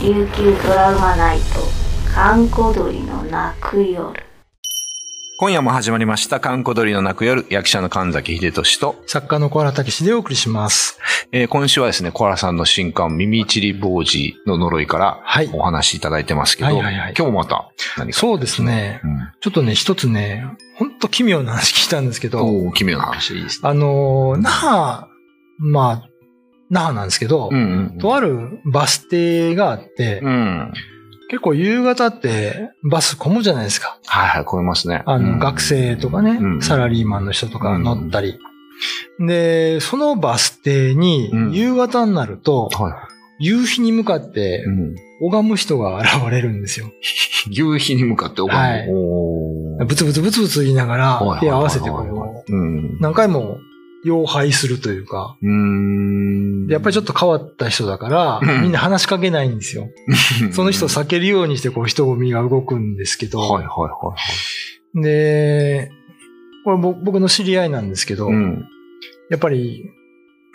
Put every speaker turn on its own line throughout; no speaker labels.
琉球ドラマナイト閑古鳥の泣く夜
今夜も始まりました、かんこ鳥の泣く夜、役者の神崎秀俊と、
作家の小原武史でお送りします。
えー今週はですね、小原さんの新刊、耳ちり坊主の呪いから
はい
お話しいただいてますけど、
はいはいはい
今日もまた何か。
そうですね。
うん。
ちょっとね、一つね、ほんと奇妙な話聞いたんですけど、
おー奇妙な話いいですね。
あのー、那覇、まあ、那覇なんですけど、
うんうん。
とあるバス停があって、
うん。はい
結構夕方ってバス混むじゃないですか。
はい、超えますね。
あの、
うん
学生とかね、
うん
サラリーマンの人とか乗ったり。で、そのバス停に
うん
夕方になると、
は
夕日に向かって
い。うん。
拝む人が現れるんですよ。
夕日に向かって拝む
はい
おー
ブツブツブツブツ言いながら、手合わせて
はいはいはいは
こ
いうん
う、。何回も、要拝するというか、
うーん。
でやっぱりちょっと変わった人だか
う
ら、
ん
みんな話しかけないんですよ。
と
その人を避けるようにして、こう、人混みが動くんです け
は
ど
いはい、は
で、これぼ僕の知り合いなんですけど
いはい。う、ん。
やっぱり、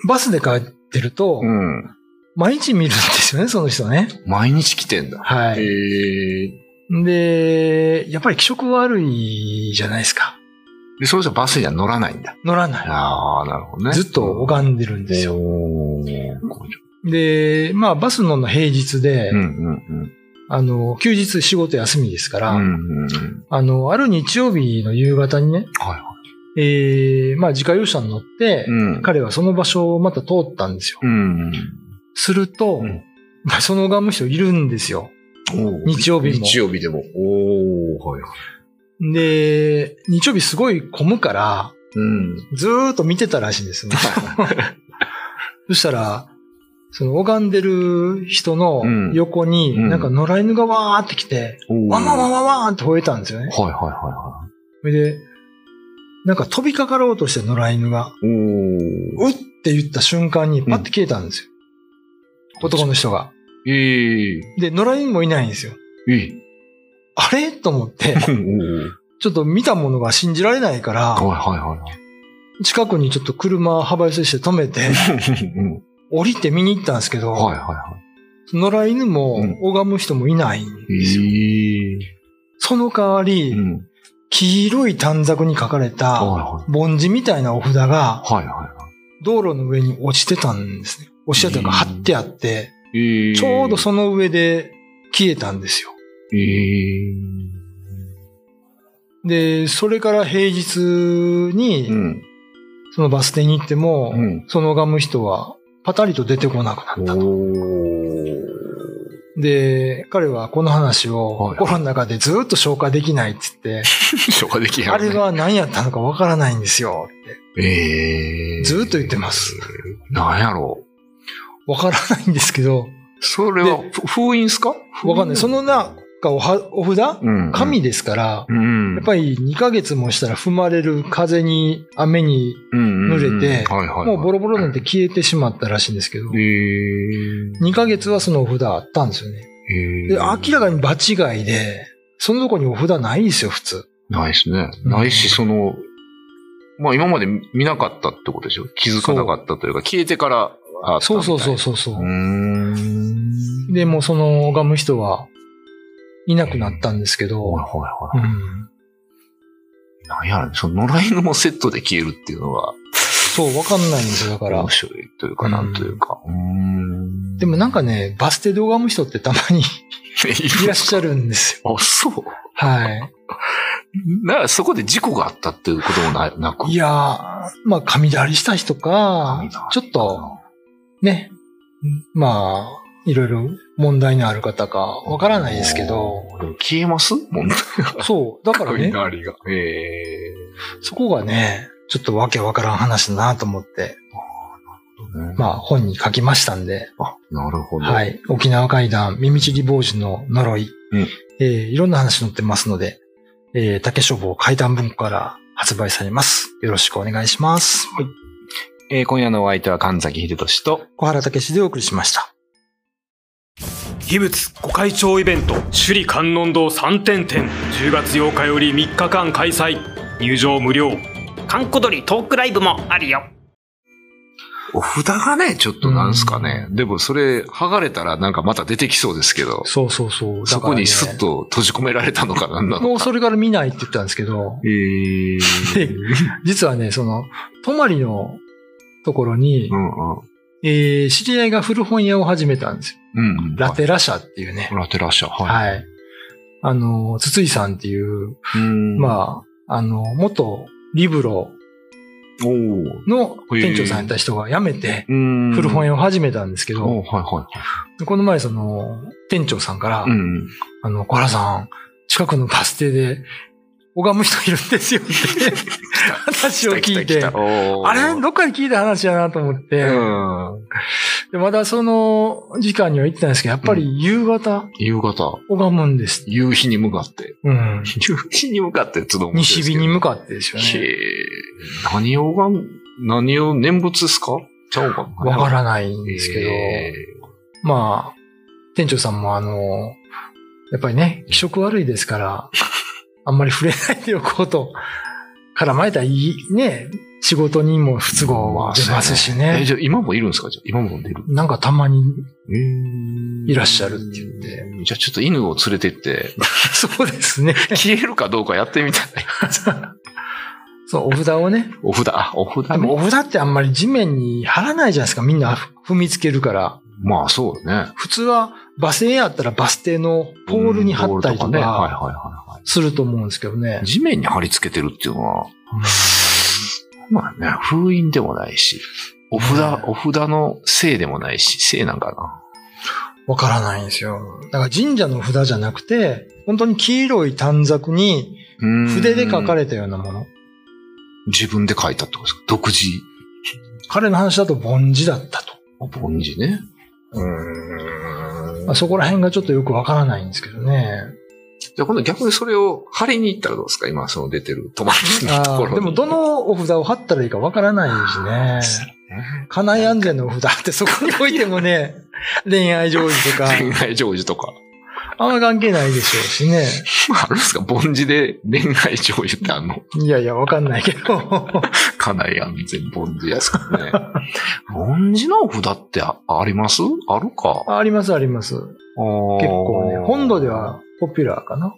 バスで帰ってると
う、ん。
毎日見るんですよね、その人ね。
毎日来てんだ。
は
へ
い。
ー
で、やっぱり気色悪いじゃないですか。
で、その人はバスには乗らないんだ。
乗らない。
ああ、なるほどね。
ずっと
ん
拝んでるんですよ。
おーこ
で、まあ、バスの平日で、
ううんうんうん。
あの、休日仕事休みですから、
うんうんうん。
あの、ある日曜日の夕方にね、
はいは
えー、まあ、自家用車に乗って、
い。うん。
彼はその場所をまた通ったんですよ。
うん。
すると、
うん
まあ、その拝む人いるんですよ。
おー
日曜日も
日曜日でも。おおはいはい。
で、日曜日すごい混むから、
うん。
ずーっと見てたらしいんですね。 そしたら、その拝んでる人の横に、
うん
なんか野良犬がわーって来て、
おー
わんわんわ
はい
んわんわーって吠えたんですよね。
はいは
それで、なんか飛びかかろうとして野良犬が、
いはい。おお
うって言った瞬間にパッて消えたんですよ。男の人が。
ええ
で、野良犬もいないんですよ。
ええ。
あれと思 って、
おー
ちょっと見たものが信じられないか
はい
ら、
はいはいはい。
近くにちょっと車幅寄せして止めて、
うん
降りて見に行ったんですけど、
はいはいは
野良犬も
うん
拝む人もいないん
い。
ですよ。
え
その代わ
え
り、
うん。
黄色い短冊に書かれた、
はい
凡字みたいなお札が
はい。はいは
道路の上に落ちてたんですね。落ちてたというか貼ってあって、
い。ええ
ちょうどその上で消えたんですよ。
ええ
で、それから平日
う
に、
ん。
そのバス停に行っても、
うん
そのガム人は、パタリと出てこなくなったと。
お
で、彼はこの話
は
を
い、
コロナ禍でずっと消化できないって言って、
消化できへんよ
あ
ね
れが何やったのかわからないんですよって。
ええ
ずーっと言ってます。
なんやろう。
わからないんですけど、
それは、ふ封印っすか
わかんない。その中おは、お札
うん
神ですから、
うん。
やっぱり2ヶ月もしたら踏まれる風に、雨に、
り、濡
濡れて
はいはいはい。
もうボロボロなんて消えてしまったらしいんですけど、
ええ
2ヶ月はそのお札あったんですよね。
ええ
で、明らかに場違いで、そのとこにお札ないですよ、普通。
ないですね。
うん
ないし、その、まあ今まで見なかったってことでしょ気づかなかったというか、消えてからあった
そ
み
う
たい
そう
な
そうそうそうう。
ーん。
で、もうその拝む人はいなくなったんですけど、
はいはいは
う
い。
ん、
なんやろね、その野良犬もセットで消えるっていうのは、
そう、わかんないんですよ、だから
面。白いというか、なんというか。うーん。
でもなんかね、バス停で拝む人ってたまに いらっしゃるんですよ。
あ、そう。
はい。
ならそこで事故があったっていうこともななく。
いやー、まあ、神だりした人か
神だ、
ちょっと、ね、まあ、いろいろ問題のある方か、わからないですけど、
でも消えます問題
そう、だからね、
がありが。え
そこがね、ちょっとわけわからん話だなと思って、
ー
まあ本に書きましたんで、
あ、なるほど。
はい。沖縄怪談、耳ちり坊主の呪い、
うん
えーいろんな話載ってますので、えー竹書房怪談文庫から発売されます。よろしくお願いします。
えー今夜のお相手は神崎秀俊と、
小原武史でお送りしました。
秘仏御開帳イベント首里観音堂3点展10月8日より3日間開催入場無料
カンコドリトークライブもあるよ
お札がね、ちょっとなんすかね。でもそれ、剥がれたらなんかまた出てきそうですけど、
そうそうそう。だ
そ
から
こ
ね
にスッと閉じ込められたのかなんな
も
の
う
か。
それから見ないって言ったんですけど、
えー。
で 実はね、その、泊まりのところに、
うんうん。
えー知り合いが古本屋を始めたんですよ。
うんうん。
ラテラ社っていうね。
はい。ラテラ社、はい。
はい。あの、筒井さんっていう、
あ、
まあ、あの、元リブロ
おー
の店長さんやった人が辞めて、
うん
古本
屋
屋を始めたんですけ
お
ど、
ーはいはいは
この前その、店長さんから、
い。うんうん。
あの、小原さん、近くのバス停で拝む人いるんですよって話を聞いて、あれどっかで聞いた話やなと思って、
うん。
でまだその時間には行ってないんですけど、やっぱり夕方
夕方、
拝むんです。
夕日に向かって。
うん。
夕日に向かってつど
西日に向
か
かってですよ
へ
ね。
え。何をがん、何を念仏ですかちゃうかな
わか
ん
らないんですけど、まあ、店長さんもあの、やっぱりね、気色悪いで すから、あんまり触れないでおこうと、絡まれたらいい、ね、仕事にも不都合出ますし
え、
ね。
じゃあ今もいるんですかじゃあ今も出る。
なんかた まに、
い
いらっしゃるって言って。
じゃあちょっと犬を連れて って、
そうですね。
消えるかどうかやってみたい。
そう、お札をね。
お札、あ、お札
で
ね
も。お札ってあんまり地面に貼らないじゃないですか。みんな踏みつけるから。
まあそうね。
普通はバス停やったらバス停のポールに貼ったりと
ポールね。はいはい
か
はいは
すると思うんですけどね
い。。地面に貼り付けてるっていうのは、まあね、封印でもないし、お札、
ね
お札のせいでもないし、せいなんかな。
わからないんですよ。だから神社の札じゃなくて、本当に黄色い短冊に
うん
筆で書かれたようなもの。
自分で書いたってことですか独自。
彼の話だと凡字だったと。
凡字ね。
まあ、そこら辺がちょっとよくわからないんですけどね。
じゃあ今度逆にそれを貼りに行ったらどうですか今その出てる泊まりのと
あ
ころ
ー
に
でもどのお札を貼ったらいいかわからないしね。家内安全のお札ってそこに置いても ね、恋愛成就とか、
恋愛成就とか。
あんま関係ないでしょうしね。
まああるんですか凡字で恋愛成就ってあんの
いやいや、わかんないけど。
家内安全凡字ですからね。 凡字のお札ってあありますあるか。
あありますあります。結
結
構ね、本土ではポピュラーかな。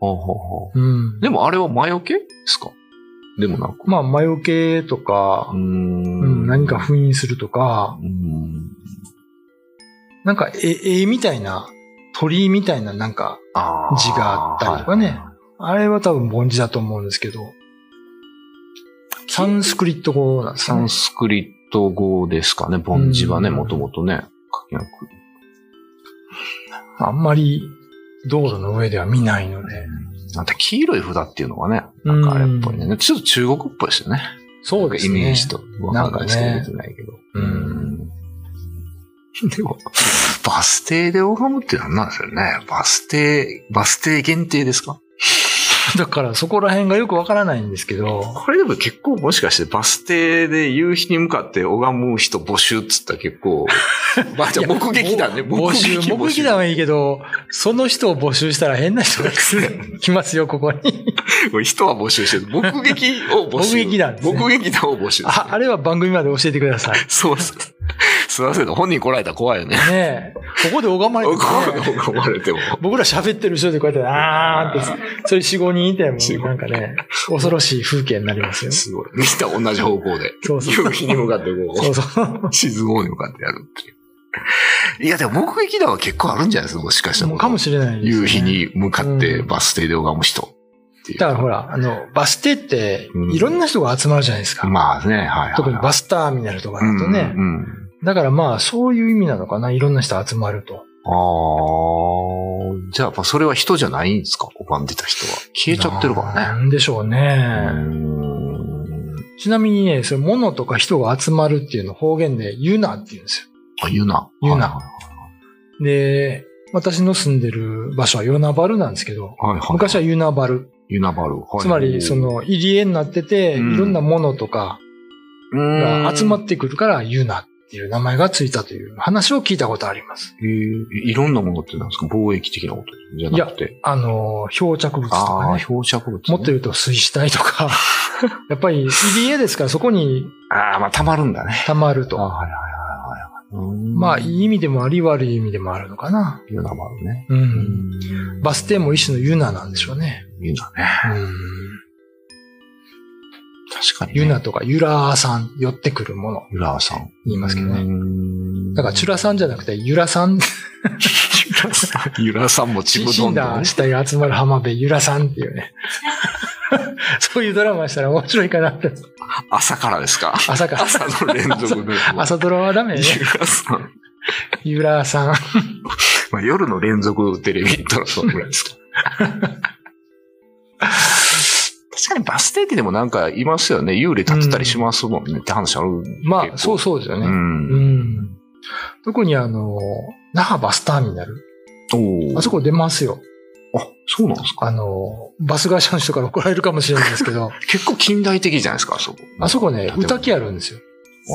ほうほうほ
うん。
う。でもあれは魔除けですかでもなく。
まあ、魔除けとか、
ん
うん、何か封印するとか
う、ん。
なんか絵絵みたいな、鳥居みたいななんか、
あー
字があったりとかね
はい
あれは多分凡字だと思うんですけど、サンスクリット語なんです
サ
ね
ン。スクリット語ですかね。凡字はね、
うん
もともとね。書きなく
あんまり道路の上では見ないので。
あと黄色い札っていうのがね、なんかあれっぽいね。ちょっと中国っぽいですよね。
そうですね。
イメージと。わかんないですけど、
なんかね
出てないけど。
うん
うんでも、バス停で拝むってなんなんですよね。バス停、バス停限定ですか
だからそこら辺がよくわからないんですけど、
これでも結構もしかしてバス停で夕日に向かって拝む人募集っつったら結 構、ばあちゃん目撃だね。
募集、目撃談
ね。
はいいけど、その人を募集したら変な人が 来ますよ、ここに。
これ人は募集してる。目撃を募集。
目撃談ですね
目撃談を募集。
あ、あれは番組まで教えてください。
そうそう。すいません。本人来られたら怖いよね。
ねえ。ここで拝まれて、
こう
ね、
いうのがれても。
僕ら喋ってる人でこうやって、あーって、それ4、5人いても
4-5、
なんかね、恐ろしい風景になります よ。
すごい。みんな同じ方向で。
そうそう
夕日に向かって
そ
こ、
うそう
沈む方に向かってやるっていう。いや、でも目撃談は結構あるんじゃないですか、もしかした
う。
ら。
もうかもしれないです、ね。
夕日。に向かって
うん
バス停で拝む人っていう。
だからほら、あの、バス停って
う、ん
いろんな人が集まるじゃないですか。
まあね、はいはい。
特にバ
ス
スターミナルとかだとね。
うんうんうん。
だからまあ、そういう意味なのかな。いろんな人集まると。
ああ、じゃあやっぱそれは人じゃないんですか拝んでた人は。消えちゃってるから
な
ね。
んでしょう
うー
ね。
ん。
ちなみにね、それ物とか人が集まるっていうのを方言で言うなって言うんですよ。
あ、言うな。
言うな
は
で、私の住んでる場所はヨナバルなんですけど、
いはいはい。
昔はユナバル。
ユナバル。はい
つまり、そ、の、入り江になってて、
うん
いろんなものとか
うん
が集まってくるからユナっっていう名前がついたという話を聞いたことあります。
えーいろんなものってなんですか貿易的なことじゃなくて。
あの、漂着物と
あ
か
あ、
ね。
漂着物、ね。
もっと言うと水死体とか、 やっぱり EBA ですからそこに
ああ、まあ、溜まるんだね。
溜まる
あー
と。
はいはいはいはいはい。うーん
まあ、いい意味でもあり悪い意味でもあるのかな。
いうのもあるね。
う。
うんん
バス停も一種のユナなんでしょうね。
ユナね。
うん。
確かに、ね。
ユナ。とかユラーさん寄ってくるもの
ユラーさん。
言いますけどね。
ね
だからチュラさんじゃなくてユラさん、
ユラーさんもちむ
死
ど
ん
んど
だ
ん。
死体が集まる浜辺ユラさんっていうね。そういうドラマしたら面白いかなって。
朝からですか
朝から。
朝の連続 で。
朝ドラはダメね。
ユラさん。
ユラさん。
まあ、夜の連続テレビドラマぐらいですか。 確かにバス停ってでもなんかいますよね。幽霊立ってたりしますもんねって話ある。
まあ、そ
そ
うそうですよ
う
ね。
ん。
う。ん。特にあの、那覇バスターミナル。
おー
あそこ出ますよ。
あ、そうなんですか。
あの、バス会社の人から怒られるかもしれないですけ ど、
結構近代的じゃないですか、あそこ。
あそこね、
建物
歌木あるんですよ。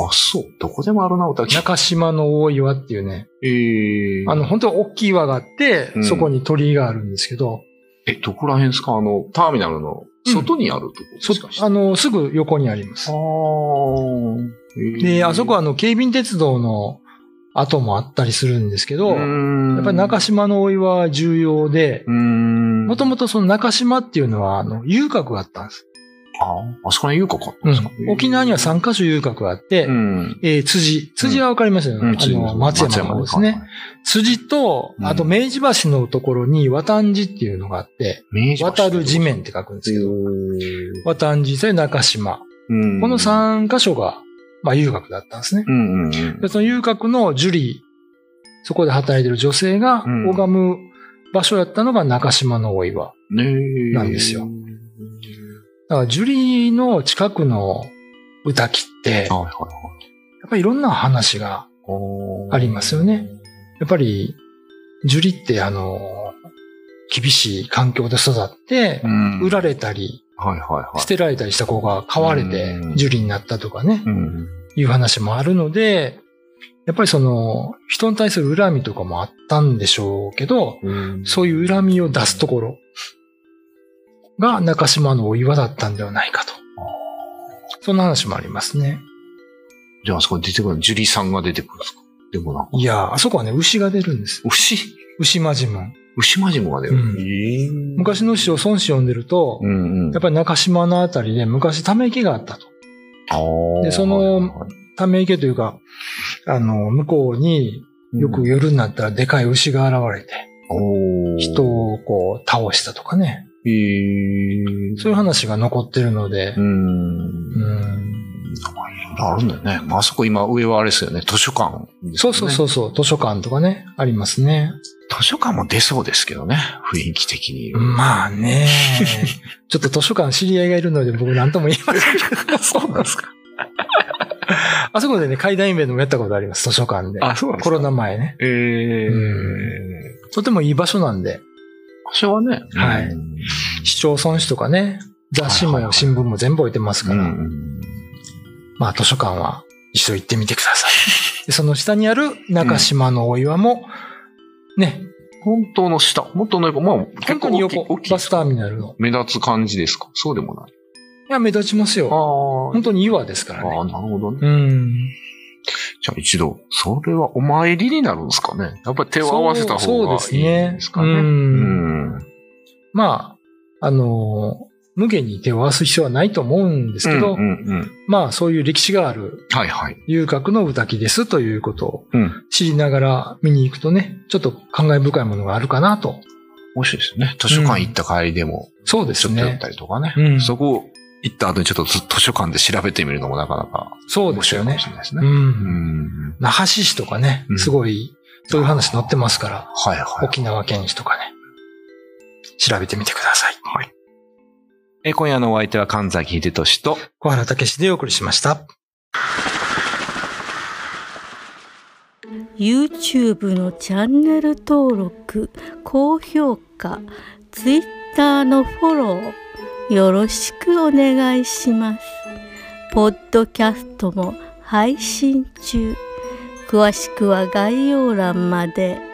あ、そう。どこでもあるな、歌木。
中島の大岩っていうね、
えー、
あの、本当は大きい岩があって
う、ん
そこに鳥居があるんですけど、
え、どこら辺ですかあの、ターミナルの外にあるとこ、
そ
もしかして
あの、すぐ横にあります
あ。ーえー
で、あそこはあの、警備鉄道の跡もあったりするんですけど、
う
や
ーん
っぱり中島の大岩は重要で、
うーん。
もともとその中島っていうのは、あの、遊郭があったんです。
あ、あそこに遊郭あったんですか、
うん沖縄には3カ所遊郭があって、
うん。
えー辻。辻はわかりますよね。
うん
あの、松山の方です。
はい
ね
は。
辻と、
うん
あと明治橋のところに渡んじっていうのがあって、
い明治橋
渡る地面って書くんですけど、渡んじ、それ中島。
うん
この3箇所が、まあ、遊郭だったんですね
う。んうんうん
で、その遊郭のジュリー、そこで働いてる女性が
うん
拝む場所やったのが中島の大岩。
ねえ
なんですよだから、ジュリーの近くの歌木って、や
はいはいはい
っぱりいろんな話が、
おー
ありますよね。やっぱり、ジュリって、あの、厳しい環境で育って
う、ん。
売られたり、
はいはいは
捨てられたりした子が飼われて
う、ん
ジュリになったとかね
い。、うん。
いう話もあるので、やっぱりその、人に対する恨みとかもあったんでしょうけど、
うん
そういう恨みを出すところが中島のお岩だったんではないかと。そんな話もありますね。
じゃああそこに出てくるのジュリーさんが出てくるんですかでもなんか、
いやー、あそこはね、牛が出るんです。
牛、
牛マジムン。
牛マジムが出
うん
る。ええ
昔の詩を孫子読んでると、
うんうん。
やっぱり中島のあたりで昔ため池があったと。
あー
でその
はいはい
ため池というか、あの、向こうによく夜になったらでかい牛が現れて、
おー
人をこう倒したとかね。
ええ
そういう話が残ってるので
う、ん。
うん。
まあ、いろいろあるんだよね。まあ、あそこ今、上はあれですよね。図書館、。
そうそうそううそう、図書館とかね、ありますね。
図書館も出そうですけどね。雰囲気的に。
まあね。 ちょっと図書館知り合いがいるので僕何とも言いません。
そうなんですか。
あそこでね、階段イベントもやったことあります、図書館で。
あ、そうなんです
コ
か。
ロナ前ね。
ええ
うとてもいい場所なんで、
場所はね。
はい
うん
市町村市とかね、雑誌
はいはいは
も
い
新聞も全部置いてます
う
から、
ん。
まあ図書館は一度行ってみてください。でその下にある中島のお岩も、ね、
本当の下。本当の横。まあ、結
本当
構
に
大きい
横
大き、い
バスターミナルの。
目立つ感じですかそうでもない。
いや、目立ちます
あ
よ。
ー
本当に岩ですからね
あー、。なるほどね。
うん。
じゃあ一度、それはお参りになるんですかね。やっぱり手を合わせた方がいいんですかね。
そうそうですねうん
うん
まあ、あのー、無限に手を合わす必要はないと思うんですけど、
うんうんうん、
まあそういう歴史がある
はいはい。
遊郭の歌木ですということを
うん。
知りながら見に行くとね、ちょっと感慨深いものがあるかなと。
面白いですよね。図書館行った帰りでも、
そうで
ち
す
ょっと寄っ
ね
た。りとかね。
うん
そこ行った後にちょっとず図書館で調べてみるのもなかなか
そう
面
です
白
よ
いかも
ね
し。れないです
う。
ね。うんん。
那覇市市とかね
う、ん
すごい、そういう話載ってますから、
はいはい。
沖縄県市とかね、調べてみてください。はい。
え今夜のお相手は神崎秀俊と、
小原武史でお送りしました。
YouTube のチャンネル登録高評価 Twitter のフォローよろしくお願いしますポッドキャストも配信中詳しくは概要欄まで。